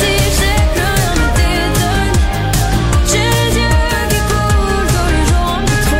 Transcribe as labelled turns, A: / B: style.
A: si j'ai plus rien ne t'étonne, j'ai les yeux qui coulent tous les